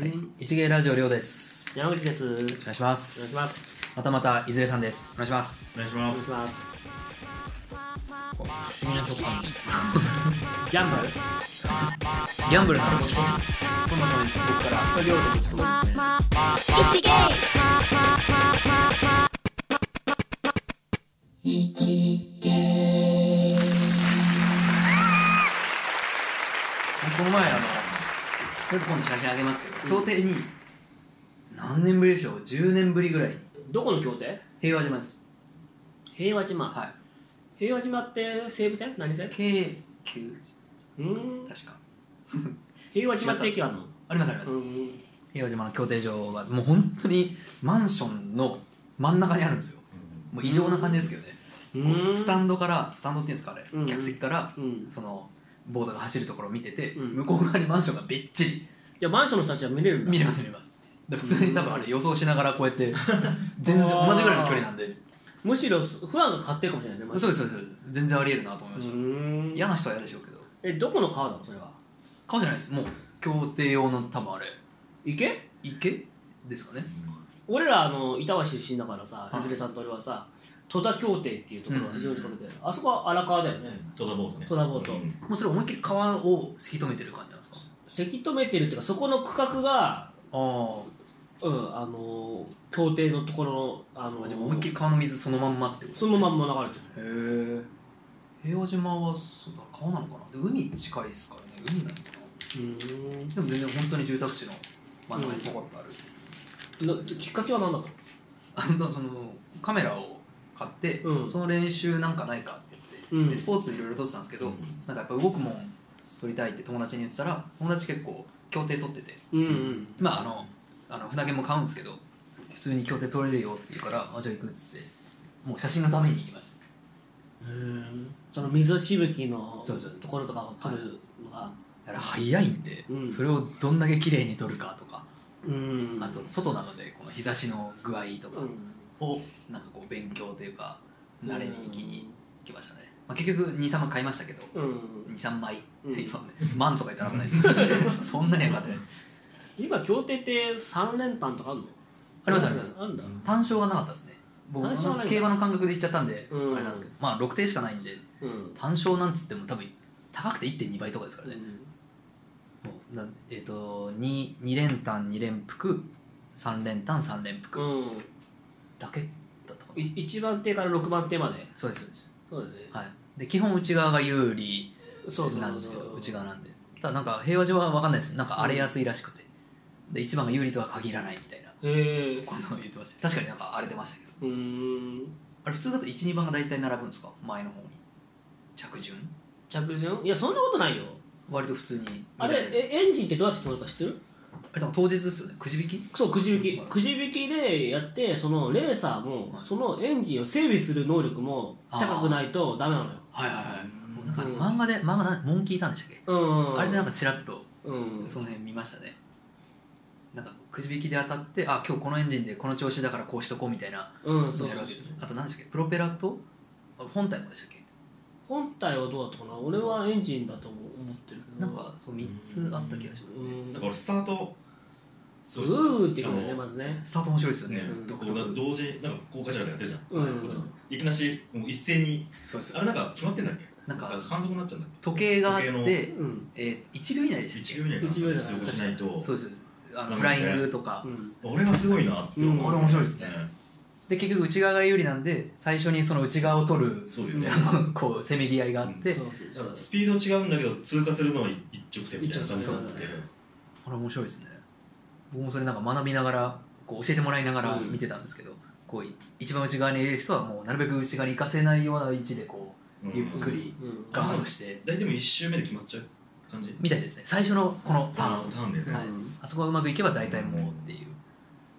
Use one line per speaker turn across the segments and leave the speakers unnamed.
はい、一芸ラジオりょうです。
山口です。お願い
お願いします。
お願いします。
またまたいずれさんです。お願いします。
お願いします
し。ます。
君の直感。
ギャンブル
ギャンブルの
こんな感じです。僕から。
これ両方ですね。
一芸
この前、あの、
ちょっと今度写真あげますよ。協定に、何年ぶりでしょう ?10 年ぶりぐらいに。
どこの協定
平和島です。
平和島。
は
平和島って西武線何
い。
線
京急、
うーん。
確か。
平和島って駅あるの
ありますありま
う
す。
ーん。
平和島の協定場が、もう本当にマンションの真ん中にあるんですよ。もう異常な感じですけどね。
うーん。
スタンドから、スタンドっていうんですかあれ、
うん
客席から、
うん
その、ボードが走るところを見てて、
うん
向こう側にマンションがびっちり。
いや、マンションの人たちは見れるんだ。
見れます見れますで普通に多分あれ予想しながらこうやって 全然同じぐらいの距離なんで
むしろ、ファンが勝ってるかもしれないね、
そう
う
ですそうです全然ありえるなと思いま
う
した、
ーん。
嫌な人は嫌でしょうけど
え、どこの川なのそれは。
顔じゃないですもう協定用の多分あれ
池
池ですかね
俺ら、あの、板橋出身だからさ、
はい
いずれさんと俺はさ、戸田協定っていうところが非常に近くて、あそこは荒川だよね。
トダボートね。
トダボート
うん
もうそれ思いっきり川を突き止めてる感じなんですか
せき止めてるっていうか、そこの区画が、
あ
うん、あのー、協定のところの、あ
あ
のー、
でも思いっきり川の水そのまんまってこと
そのまんま流れてる。
へえ平和島はそうだ川なのかなで海近いですからね海なのか
うーん
なでも全然本当に住宅地の真ん中にポコッとある、
なきっかけは何だったの
あのそのカメラを買って、
うん
その練習なんかないかって言って、
うん
でスポーツいろいろ撮ってたんですけど、
うん
なんかやっぱ動くもん撮りたいって友達に言ったら友達結構協定撮ってて
うんうん。
まああのあの船毛も買うんですけど普通に協定撮れるよって言うからあじゃあ行くっつってもう写真のために行きまし
その水しぶきの
そうそう
ところとかを撮るのが、
ただから早いんで、
うん
それをどんだけ綺麗に撮るかとか、
うん
あと外なのでこの日差しの具合とか
うん
をなんかこう勉強というか慣れに行きに行きましたね、まあ、結局23枚買いましたけど、
うん、
23枚、
うん
今ね万とか言ったら危ないです そんなには勝てない
今、協定って3連単とかあるの
ありますあります
あるんだ。
単勝がなかったですね僕
単勝はないんだ
競馬の感覚で行っちゃったんで、
うん
あれなんですけどまあ6点しかないんで
うん。
単勝なんつっても多分高くて1.2倍とかですから
う
ね、
ん
もうなえっ、と 2, 2連単2連複3連単3連複
うん、
だけだったかな、
い一番手から六番手まで。
そうですそうです
そうだね。
はいで基本内側が有利
そうそうそう
なんですけど内側なんでただなんか平和島は分かんないですなんか荒れやすいらしくてで1番が有利とは限らないみたいな
へえ。
こんなの言ってました確かになんか荒れてましたけど
うーん。
あれ普通だと12番が大体並ぶんですか前の方に着順
着順いや、そんなことないよ。
割と普通に
あれ、えエンジンってどうやって決まるか知ってる
あれなんか当日ですよねくじ引き
そう、くじ引き。くじ引きでやって、そのレーサーも、そのエンジンを整備する能力も高くないとダメなのよ。
はいはいはいもうなんか
うん
漫画で漫画なモンキーターンでしたっけ
うんうん。
あれでなんかちらっと
うん。
その辺見ましたねなんかくじ引きで当たってあ今日このエンジンでこの調子だからこうしとこうみたいな
うん、
そ
そうそうう
や
そ
る
う
わけですねあと何でしたっけプロペラとあ本体もでしたっけ
本体はどうだったかな俺はエンジンだと思ってるけ
な
ど。
んか、そう3つあった気がしま
う
すね
ん
だ。からスタート、
うーって言うんだよね、
あの
まずね。
スタート面白いですよね
ね
うん、
独
こう
特
な同時に、なんか、こうガチャガチャやってるじゃん。
うん。
いきなし、もう一斉に、
そうです
あれなんか決まってんだっけ
なんか
反則になっちゃうんだっ
時計があって、
時
う
計
ん。
えー、1秒以内
け
でしたっ
1
け
秒以内
一秒以内
に強くしないと。
そうですそうですあ
な
の
ん
フ
か
ラ
ね
イングとか、
うん。
俺はすごいなって思
う
う。
ん
あれ面白いですねで結局内側が有利なんで最初にその内側を取る
そうだよね。
あのこうせめぎ合いがあって、
そう
だ
そう
からスピード違うんだけど、通過するのは一直線みたいな感じになってて
一直線
あれ面白いですね僕もそれなんか学びながらこう教えてもらいながら
うん
見てたんですけど、こうい一番内側にいる人はもうなるべく内側に行かせないような位置でこうゆっくり
うん
ガードして、
大体も1周目で決まっちゃう感じ
みたいですね最初のこのターン、
あーターンでね
はい、あそこがうまくいけば大体もうっていう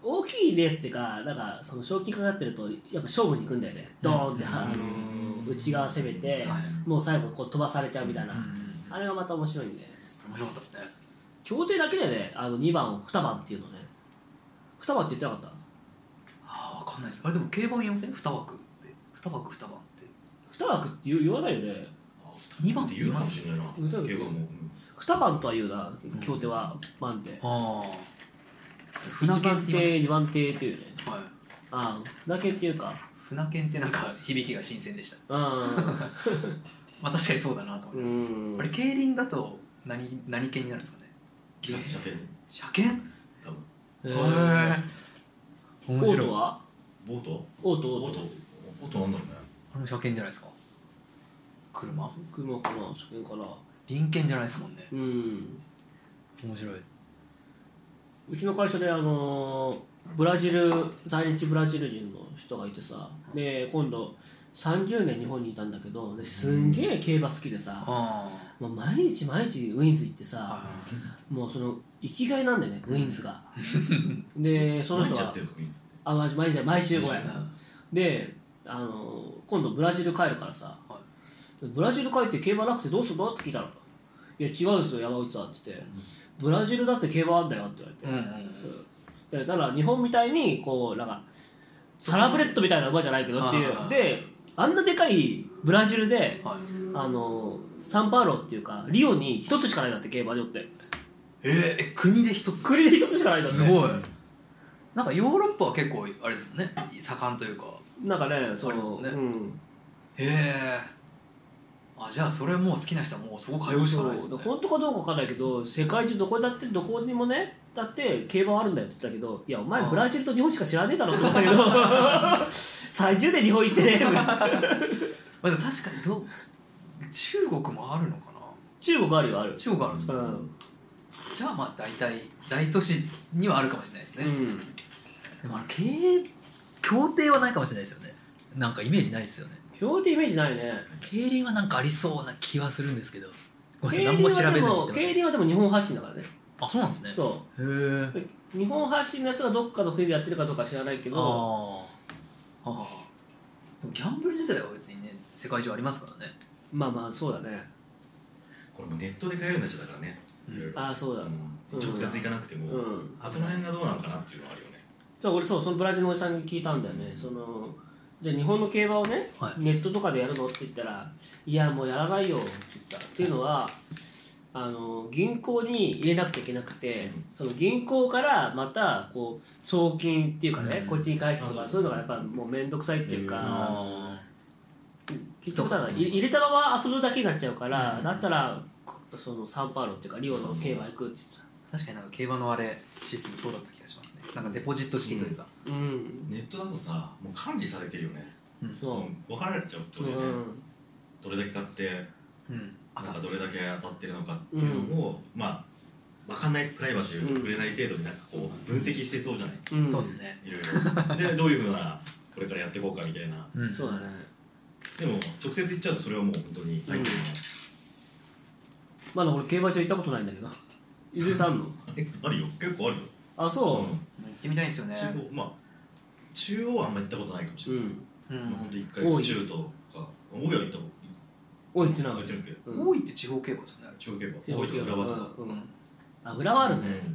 大きいレースってか、なんかその賞金かかってると、やっぱ勝負に行くんだよね、ドーンって、
うん
あの内側攻めて、
はい
もう最後こう飛ばされちゃうみたい
うん
な、
うんうん
あれがまた面白いんで、
面白かったですね
協定だけでね、あの2番を2番っていうのね、2番って言ってなかっ
ああ分かんないですあれでも競馬の予選2枠って2枠2番って
た、2枠って言う言わないよね、
あ二番って言うのかもしれないな
二番って
競馬も、
2 2番とは言うな、競艇は番手。
ああ船
1
券
番
って言い
手、2番手っていうね。
ますはい
ああ、だけっていうか。
船券ってなんか響きが新鮮でした
うん。
まあ確かにそうだなと
う
思って、
ん。
あれ競輪だと何何券になるんですかね
車検
車検
多分
え
へ
ーオ
面白い
ートは
ボート
オート、
ボ
オ
ー
ー
ト
ト。
ボートなんだろうね
あれも車検じゃないですか車
僕もかな、車検かな。
臨検じゃないですもんね
うん。
面白いう
ちの会社で、あのーブラジル、在日ブラジル人の人がいてさ、で、今度、30年日本にいたんだけど、ですんげえ競馬好きでさ、
あ
もう毎日毎日ウィンズ行って
あ
さ、
はい
もうその生きがいなんだよね、ウィンズが。で、その人
毎日やっ
は
て、んの水
あ、毎日、毎日、毎週ごめん
毎週な
で、あの今度ブラジル帰るからさ、ブラジル帰って競馬なくてどうするのって聞いたの。いや、違うんですよ、山口さんって言って、ブラジルだって競馬あんだよって言われて。
うんうん
でただ日本みたいにこうなんかサラブレッドみたいな馬じゃないけどってい
あ
う
ー
であんなでかいブラジルで、
はい
あのサンパウロっていうかリオに一つしかないんだって競馬場って
えー、え国で一つ
国で一つしかないんだって
すごいなんかヨーロッパは結構あれですもんね盛んというか
なんかねそ
あります
の
よね
うん
へえあじゃあそれはもう好きな人はもうそこ通うしかないです
そ
よ
う
ね
本当かどうかわかんないけど世界中どこだってどこにもねだって競馬はあるんだよって言ったけどいやお前
あー
ブラジルと日本しか知らねえだろって思ったけど 30年日本行ってね
まあ、でも確かにどう中国もあるのかな
中国あるよある
中国あるんです
う
か、
ん
じゃあまあ大体大都市にはあるかもしれないです
う
ね、
ん
でもあれ経営協定はないかもしれないですよねなんかイメージないですよね
競艇イメージないね
競輪はなんかありそうな気はするんですけどごめん
競
なさい何も調べ
輪はで
ずに言
も
ってます
競輪はでも日本発信だからね
あそうなんですね
そ
へえ
う日本発信のやつがどっかの国でやってるかどうか知らないけど
ああああでもギャンブル自体は別にね世界中ありますからね
まあまあそうだね
これもネットで買えるようになっちゃったからね
うん
いろいろ
ああそうだ、
うん
うん
直接行かなくても、
うん
あその辺がどうなのかなっていうのはあるよね
そう俺そうそのブラジルのおじさんに聞いたんだよね、そのじゃあ日本の競馬をね、
はい
ネットとかでやるのって言ったらいやもうやらないよって言ったっていうのはあの銀行に入れなくちゃいけなくて、その銀行からまたこう送金っていうかね、
うん
こっちに返すと
あ
か
そ
そう
う
いうのがやっぱもう面倒くさいっていうか、
うん
あ
結局だから入れ入れたまま遊ぶだけになっちゃうから、
うん
だったらこそのサンパウロっていうかリオの競馬行くって
あ確かになんか競馬のあれシステムそうだった気がしますねなんかデポジット式というか、
言ってた
ネットだとさもう管理されてるよね
うん
うんそ
もう分かられちゃうって
う、
ことだよね、
うん
どれだけ買って
うん
な
あ
ん
た
かどれだけ当たってるのかっていうのを、まあ分かんないプライバシーを触れない程度になんかこう分析してそうじ ゃない、
うん
そうですね
いろいろでどういうふうなこれからやっていこうかみたいな
うん
そうだね
でも直接行っちゃうとそれはもう本当にないと思
まだ俺競馬場行ったことないんだけど伊豆さんあんの
うあるよ結構あるよ、
あそう
行ってみたいんですよね
中央まあ中央はあんま行ったことないかもし
う
れない、
ん
う
もう本当
ん
一回
多い
中とか大谷行ったこと
多いってな
行ってるけど
うん
多いって地方競馬ですよねあれ
中央競馬大井とか浦和とか、
う
うんん
あ浦和ある
うん
ね、
なんだろ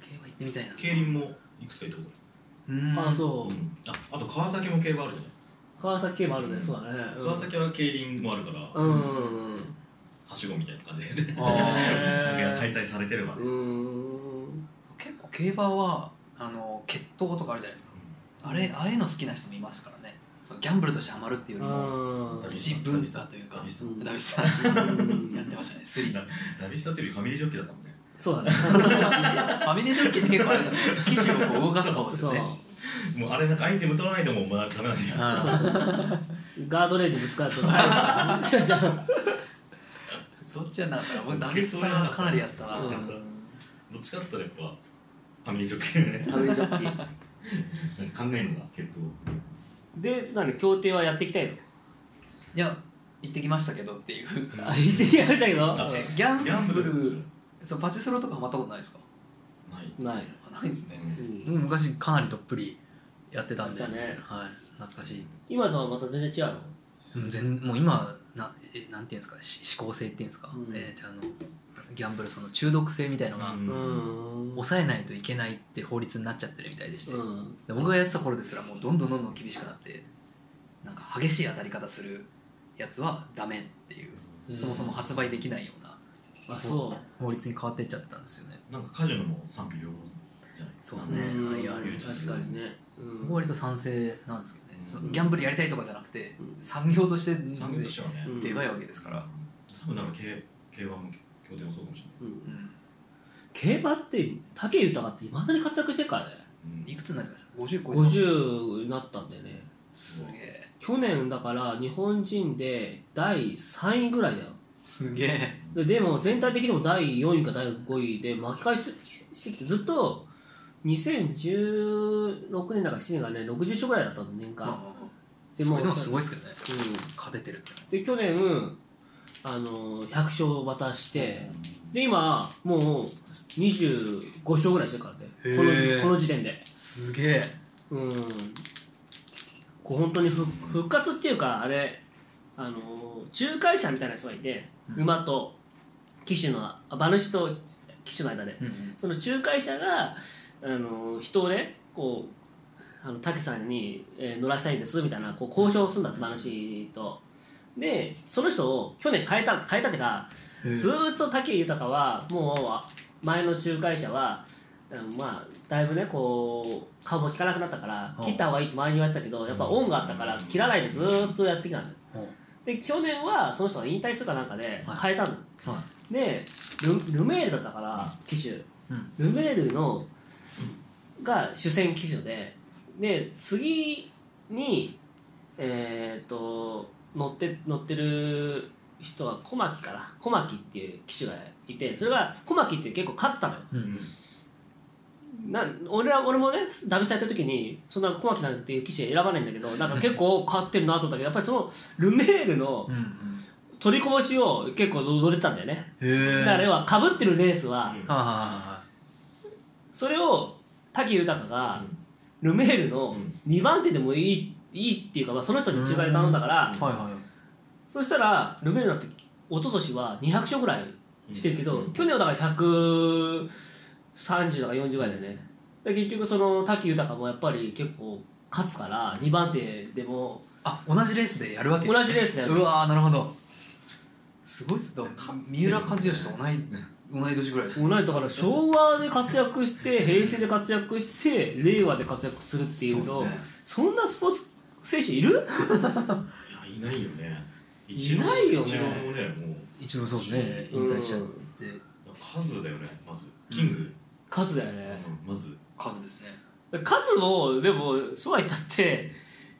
競馬行ってみたいうな
競輪もいくつか行ったこと
うん
あ
あ
そ
る、
う、
うんああと川崎も競馬あるじゃない
川崎競馬あるね、
うん
そうだね、うん
川崎は競輪もあるから、
うんうん
はしごみたいな感じでね、
あ
ー
なんか開催されてれば、
う
うん
んうん
結構競馬はあの決闘とかあるじゃないですかあれああいうの好きな人もいますからねそのギャンブルとしてハマるっていうよりも
あー
一分差というか
ダビス
うん
ダビスさ
うん
んやってましたねスリー
ララビスタというよりファミリージョッキーだったもんね。
そうだね
ファミリージョッキーって結構あれですよね機種をこう動かす方です
そ
よ
う
ね
もうあれなんかアイテム取らないともうまあダメなんだよ。
あ
そうそうそうガードレールにぶつかるとかじゃあじゃあ
そっちはなかったな僕ダビスさんはかなりやったな
うん
どっちかって言ったらやっぱファミリージョッキーでね、
ファミリージョ ッキー
なん か考えるのが結構。
で、なんで協定はやっていきたいの
いや行ってきましたけどっていう
あ言ってきましたけど
あ
えギャ
ギャン
ンブ
ブル
ルそうパチスロとかハマったことないですか
ない。
ない
あないですね
うん
僕昔かなりどっぷりやってたんで
そうでしたね
はい、懐かしい
今とはまた全然違うの
うん全もう今なえなんていうんですかし思考性っていうんですか、
うん
えーじゃああのギャンブルその中毒性みたいのが、
うん
うん
抑えないといけないって法律になっちゃってるみたいでして、
うん
で僕がやってた頃ですらもうどんどんどんどん厳しくなってなんか激しい当たり方するやつはダメっていう、
うん
そもそも発売できないような
あそ
法律に変わってっちゃってたんですよね
なんかカジノも賛否両論じゃない
そうです
う、
ね
うん、
ああいうある
確かにね、うん
僕割と賛成なんですよね、
うん
そのギャンブルやりたいとかじゃなくて、
うん
産業として
産業としてはね、
うん
でかいわけですから、
多分なんか競競馬も競艇もそうかもし
う、
うんん
競馬って武豊っていまだに活躍してるからね
れない、うん
いくつになりました50超えた
50になったんでね
すげえ
去年だから日本人で第3位ぐらいだよ
すげえ
ででも全体的にも第4位か第5位で巻き返ししてきてずっと2016年だから7年がね60勝ぐらいだったの年間、
まあ
で
で
も
もでもすごいですけどね
うん、
勝ててるって
で去年あの100勝を渡して、で今もう25勝ぐらいしてるからね
へー
この時この時点で
すげえ
うんこう本当に復復活っていうかあれあの仲介者みたいな人がいて、
うん
馬と騎手のあ馬主と騎手の間で、
うん
その仲介者があの人をねこうあの武さんに、えー乗らせたいんですみたいなこう交渉をするんだって馬主とでその人を去年変えた変えたっていうか
うん
ずーっと武豊はもうあ前の仲介者は、うんまあ、だいぶねこう顔も聞かなくなったから
うん
切った方がいいって周りに言われてたけどやっぱ恩があったから切らないでずーっとやってきたんだよ
ほう
で去年はその人が引退するかなんかで
はい
変えたんだよ、
は
でルルメールだったから騎手
いうん
ルメールのが主戦騎手でで次に、えー、と乗って乗ってる人が小牧から小牧っていう騎手がいてそれが小牧って結構勝ったのよ
うん
な俺ら俺もね旅された時にそんな小牧なんていう騎手選ばないんだけどなんか結 構勝ってるなと思ったけどやっぱりそのルメールの
うん
取りこぼしを結構乗れてたんだよね、
へえ
だから要はかぶってるレースは、
うん
はいは
それを武豊が、ルメールの
うん
2番手でもいいいいっていうか、まあ、その人に仲介頼んだから、
いはいはいはいはい
そしたらルメールなんて一昨年は200勝ぐらいしてるけど、
うん
去年はだから130とか40ぐらいだよねで結局その武豊もやっぱり結構勝つから2番手でも
あ同じレースでやるわけ
同じレースだよね
うわーなるほどすごいっすだから三浦知良と同い同い年ぐらいです
同
よ
じだから昭和で活躍して平成で活躍して令和で活躍するっていう
そう
と
ですね
そんなスポーツ選手いる
いやいないよね
いないよね
一郎もねもう
一郎そうですね引退しちゃって
数だよねまずキング、
勝つだよ
う
ね、
んまず
数ですね
数もでもそうは言ったって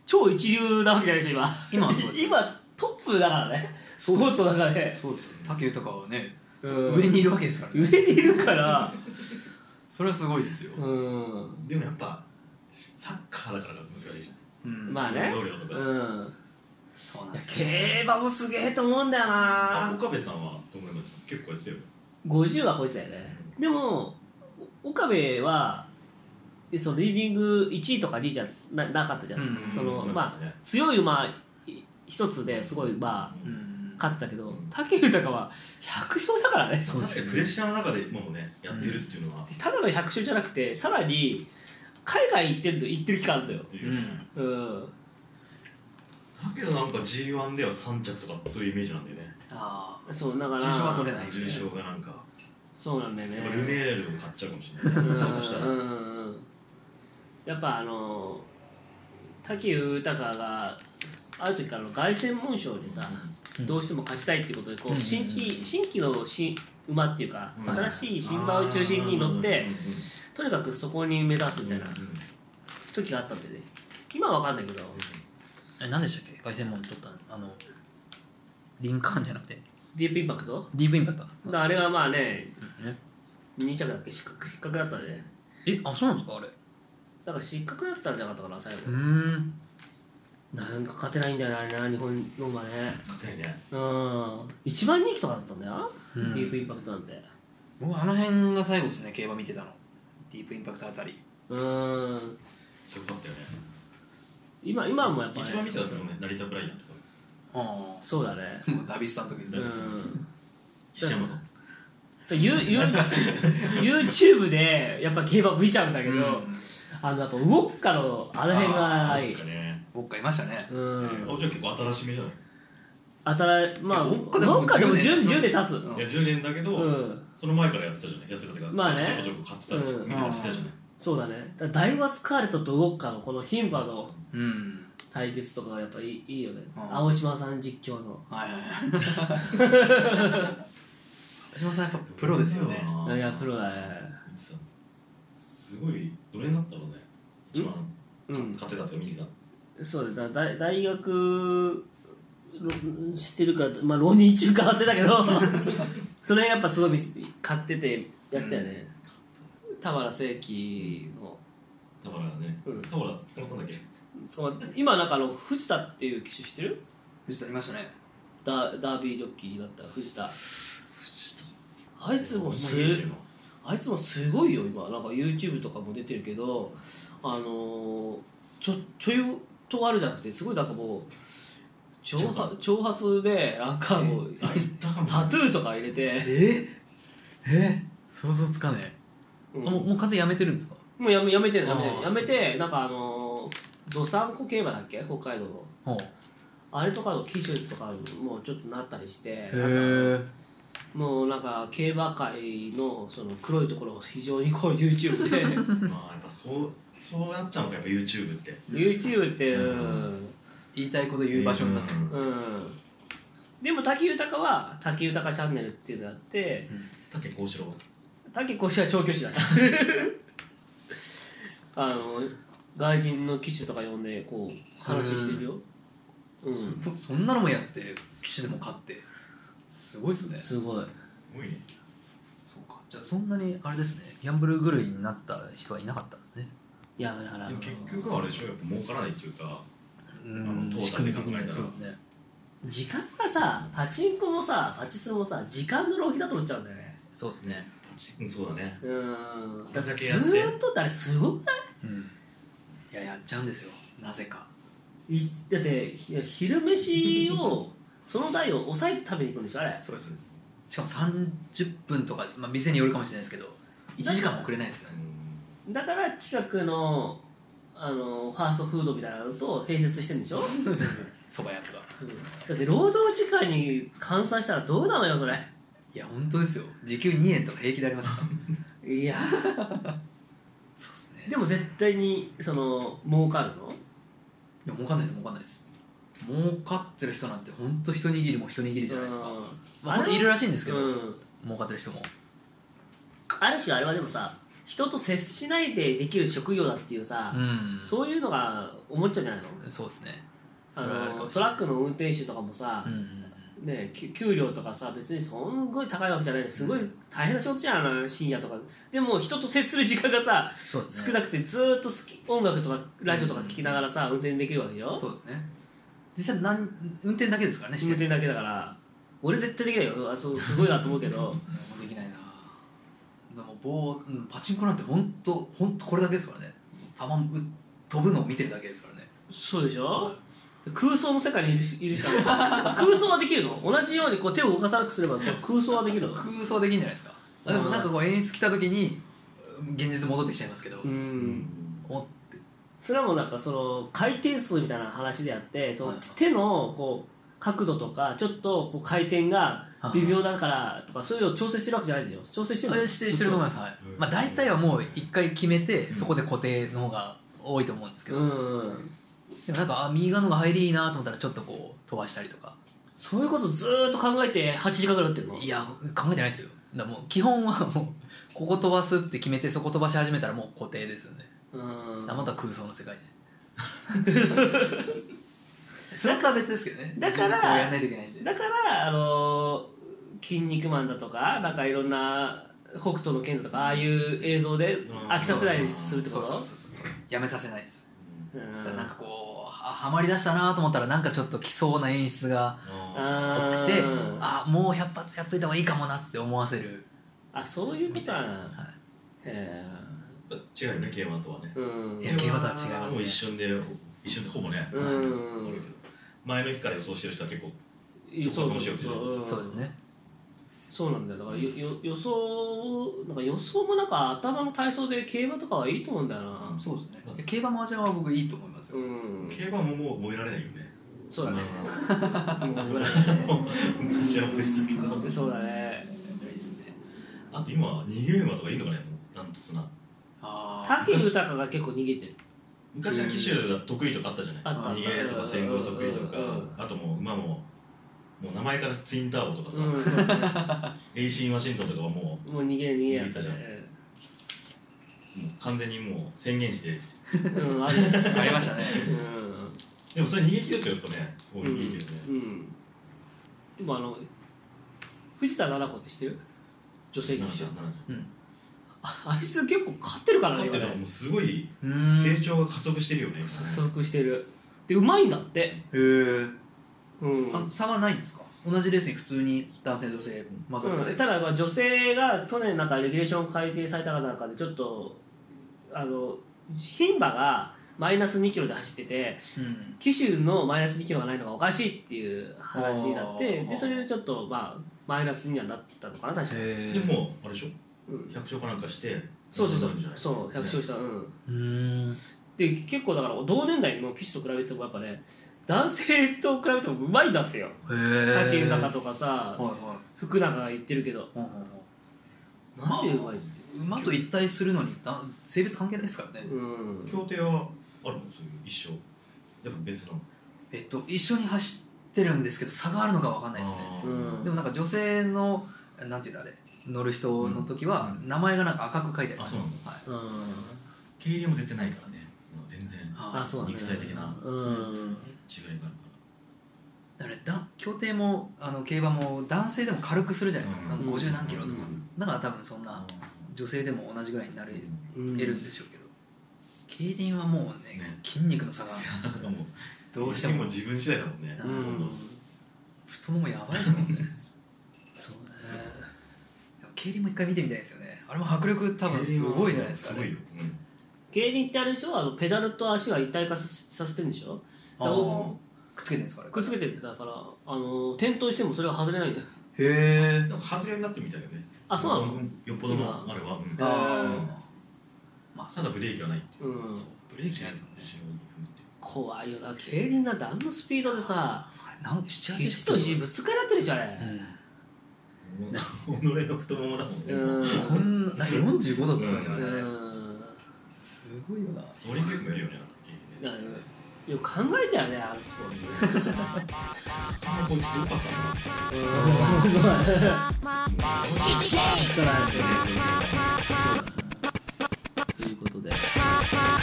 超一流なわけじゃないでしょ今
今はそうです
今トップだからねスポーツの中で
そうですよ武豊はね
うん
上にいるわけですから
上
ね
にいるから
それはすごいですよ
うん
でもやっぱサッカーだから難しいじ
うん
まあね
運動量とか
うん
そうないん
や
ですよ
競馬もすげえと思うんだよ
ゃんあ
な
岡部さんはどう思います結構やってたよね
50はこいつだよねでもお岡部はそのリーディング1位とか2位じゃななかったじゃん、
うん
その
うん
まあ強い馬い一つですごいまあ
うん
勝ってたけど
うん
武豊は100勝だからね
そうです
確か
よ
に
ね
プレッシャーの中で今もねやってるっていうのは、
ただの100勝じゃなくてさらに海外行ってる行ってる期間あるんだよ
っていうね
うん
うん
だけどなんか G1 では3着とかそういうイメージなんだよね
ああ
そうだから
重賞は取れない
重賞がなんか、
そうなんだよね
やっぱルメールを買っちゃうかもしれ
う
ない
ん
買うとしたら、
うんうんうんやっぱあの武豊がある時からの凱旋門賞にさ、
うん
どうしても勝ちたいってことでこ
うん
う新規新規の新馬っていうか、
うん
新しい新馬を中心に乗って、
うんうん
とにかくそこに目指すみたいな
うん
時があったんでね今は分かんないけど、
え何でしたっけ凱旋門取ったのあのリンカーンじゃなくて
ディープインパクト
ディープインパクト
だからあれがまあね、
ね
2着だっけ失格失格だったね。
えあそうなんですかあれ
だから失格だったんじゃなかったかな、最後
う。ーん
なんか勝てないんだよな、あれな、日本の馬ね。
勝てないね
うん。一番人気とかだったんだよ、
うん
ディープインパクトなんて。
僕あの辺が最後ですね競馬見てたのディープインパクトあたり
うん。
すごかったよね
今今もやっぱ、ね、
一番見てたのはね成田ブライアンとか
あ
そうだね。
あもうダビスさんの時です
う
ね
ん。
石山さん
ユユ YouTube でやっぱ競馬見ちゃうんだけど、
うん
あのやっぱウォッカのあの辺が
なんかね
僕がいましたね
うん
あじゃあ結構新しめじゃない
新まあ
いやウォッ
僕
カで
でも
も
10
10
10で経つ、
うん
いや10年だけど、
うん
その前からやってたじゃないやってたというか、
まあね
ちょこちょこ買ってたりして、
うん
見たりしてたじゃない、
そうだねだダイワスカーレットとウォッカのこの牝馬の
うん
対決とかがやっぱいいいいよね、
うん
青島さん実況の
はいはいはい橋本さんやっぱプロですよね
いやプロだね
見てたのすごいどれになったろうね一番
うんうん
勝てたとか見てた
そうだねだ大大学ろしてるから、まあ、浪人中か忘れた けどそれやっぱすごい見つ買っててやってたよね、田原正樹の
田原がね、
うん
田原捕まった んだっけ
そう今なんかあの藤田っていう機種知ってる
藤田いましたね
ダダービージョッキーだった藤田
藤
あいつもす
お前いいじゃん今
あいつもすごいよ今なんか YouTube とかも出てるけどあのーちょちょいとあるじゃなくてすごいなんかもう挑発挑発でなんかもう
あいたかもしれない
タトゥーとか入れて
ええ想像つかねえ、
うん
あもうもう活やめてるんですか
もうやめやめてんのやめてん
あ
の
ー
やめてなんかあのーどさんこ競馬だっけ北海道の
ほう
あれとかの機種とかもちょっとなったりして
へ
なんか
え
もうなんか競馬界のその黒いところを非常にこう YouTube で
まあやっぱそうそうなっちゃうのかやっぱ YouTube って
YouTube っていう、
言いたいこと言う場所になってる、
うん
うん、でも滝豊は滝豊チャンネルっていうのがあって
竹幸四郎
滝越は調教師だった あの外人の騎手とか呼んでこう話してるよ、うん、
そそんなのもやって騎手でも勝ってすごいですね
すごい
すごいね
そうかじゃあそんなにあれですねギャンブル狂いになった人はいなかったんですね
いやだからあの
でも結局はあれでしょやっぱ儲からないっていうか
う
あのトータルで考えたら
そうですね
時間がさパチンコもさパチスロもさ時間の浪費だと思っちゃうんだよね
そうですね
パチうんそうだね
うん
これだけやって
ずーっとってあれすごくない
うんいややっちゃうんですよなぜか
いだってひ昼飯 をその代を抑えて食べに行くんでしょあれ
そうですそうですしかも30分とかです、まあ、店によるかもしれないですけど1時間も遅れないですよ
う
ね
ん
だから近くのあのファーストフードみたいなのと併設してるんでしょ、 うん
そば屋とか
だって労働時間に換算したらどうなのよそれ
いや本当ですよ時給2円とか平気でありますから
いや
そうですね
でも絶対にその儲かるの
いや儲かんないです儲かんないです儲かってる人なんて本当一握りも一握りじゃないですか、
うん
まあ、本当いるらしいんですけど、
うん
儲かってる人も
ある種あれはでもさ人と接しないでできる職業だっていうさ、
んそう
そういうのが思っちゃうんじゃないの
そうですね
あ
それはあるか
の
もし
トラックの運転手とかもさ、
れないうんうん
ね、き給料とかさ別にそんごい高いわけじゃないですごい大変な仕事じゃん、あの深夜とかでも人と接する時間がさ
そうですね
少なくてずーっと好き音楽とかラジオとか聴きながらさ、運転できるわけでしょ
そうですね実際なん運転だけですからね
運転だけだから俺絶対できないよあそうすごいなと思うけ ど
もうできないなでも棒、うん、パチンコなんて本当本当これだけですからね玉う飛ぶのを見てるだけですからね
そうでしょ空想の世界にいるしいるしかない空想はできるの同じようにこう手を動かさなくすれば空想はできるの
空想できるんじゃないですかあでもなんかこう演出来た時にうん現実戻ってきちゃいますけど、
うん
おって
それはもうなんかその回転数みたいな話であってその
はい
手のこう角度とかちょっとこう回転が微妙だからとかそういうのを調整してるわけじゃないんですよ調整してる
あ
の
れしてしてると思います、はいまあ、大体はもう一回決めて、そこで固定の方が多いと思うんですけど、
うん
でもなんかあ右側のが入りいいなと思ったらちょっとこう飛ばしたりとか
そういうことずーっと考えて8時間ぐらい打ってるの
いや考えてないですよだからもう基本はもうここ飛ばすって決めてそこ飛ばし始めたらもう固定ですよね
うん
あまた空想の世界 でスロットは別ですけどね
だ
自
から
分でこうやんないといけないんで
だからあのー筋肉マン」だとかなんかいろんな北斗の拳だとかああいう映像で飽きさせないようにするってこ
そう
と
そうそうそうやめさせないです、
う
だ
ん
からなんかこうははまりだしたなと思ったらなんかちょっと来そうな演出が多
あ
くて
ー
あもう100発やっといた方がいいかもなって思わせる
あそういうことは
は
へ
違うよね競馬とはね
ーうん
いや競馬とは違いますね
もう一瞬で一瞬でほぼね、
うん
あるけど前の日から予想してる人は結構
そう
そ
そうう
そう
そう、ん
そうですね
そうなんだよだからよよ予想なんか予想もなんか頭の体操で競馬とかはいいと思うんだよな
そうですね競馬麻雀は僕いいと思います
う
よ、
ん、
競馬ももう覚えられないよね
そうだね
まあまあ
もう僕らだね
昔は無事だけど
そうだね
いいですね
あと今は逃げ馬とかいいのかねもうダントツな
あー
武豊が結構逃げてる
昔は騎手が得意とかあったじゃない
あった
逃げとか先行得意とか
うん
あともう馬ももう名前からツインターボとかさ、
うんそうだね
エイシン・ワシントンとかはも
もう逃げる逃げや
逃げたじゃん
うん
うもう完全にもう宣言して
うん、ある。うん。
ありましたね
でもそれ逃げ切るとやっぱね多いいいけどね、
うん。でもあの、藤田七子って知ってる女性
なん
騎
じ
手
ゃ。んなんじ
うん
ああいつ結構勝ってるか
ゃん
らね、
勝っ
今
てたらも
ね
う。すごい
うん
成長が加速してるよね今ね
加速してる。で、うまいんだって。
へー
うん。
あ差はないんですか同じレースに普通に男性女性混ざった
う
レ
ん
ー
ただ、まあ、女性が去年なんかレギュレーション改定されたかなんかでちょっとあの牝馬がマイナス2キロで走ってて
スうん
騎手のマイナス2キロがないのがおかしいっていう話になって
あー
でそれでちょっと、まあ、マイナスにはなったのかな確かに、
へ
でもあれでしょ
うん
百勝かなんかして
そうそうそ
なるんじゃな
う
い
そう100勝
ね
した、うん
うーん
で結構だから同年代の騎手と比べてもやっぱね男性と比べてもうまいんだってよ
へー
武豊とか
は
さ、
いはい
福永が言ってるけど
ほんほんほん
マジでうまいって
馬と一体するのにだ性別関係ないですからね、
うん
協定はあるのそういう一生やっぱ別なの
えっと、一緒に走ってるんですけど差があるのかわかんないですね
あー
うん
でもなんか女性のなんていうんだあれ乗る人の時は名前がなんか赤く書いてあります、
あそうなんだ
はい、
うん
経理も出てないからね全然
あ
あそうだね
肉体的な
うん
違いがあるから
あれだ競艇もあの競馬も男性でも軽くするじゃないですか,、
うん
なんか50何キロとか、
うん
だから多分そんな女性でも同じぐらいになれる
うん
るんでしょうけど競輪はもうね
ね
筋肉の差が
なんかもう
どうして
経理
も
も自分次第だもんね
う
う
ほとんど
ん
太ももやばいですもんね
そうね
競輪も一回見てみたいですよねあれも迫力多分すごいじゃないですか、ね、
すごいよ、うん
競輪ってあれでしょあのペダルと足が一体化させさせてるんでしょ
あー
だ
くっつけてるんですかあれ
くっつけてるんだからあの転倒してもそれは外れないんだよ
へえ
なんか外れになってみたいよね
あそうなの
よっぽどのあれは、うん
あ
まあそ
た
う
だブレーキはないっていう、
うん
そう
ブレーキないですもんね
後ろに踏むっていう
怖いよな競輪なんてあのスピードでさ
なんか7 8
石と石ぶつかり合ってるじゃんあれ
己の太ももだもんね、
うん
こんななんか45度って言ってました
う
ね、
ん
すごいよな
オリンピックもやるよね
だ
な
か
んか経理ね
らよく考えたよねあのスポーツね
あんまこいつ強かったな
ということで、
幅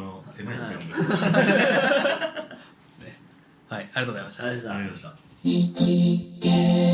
の狭いギャンブル、
はいありがとうございました
あれだ
ありがとうございました
生きてる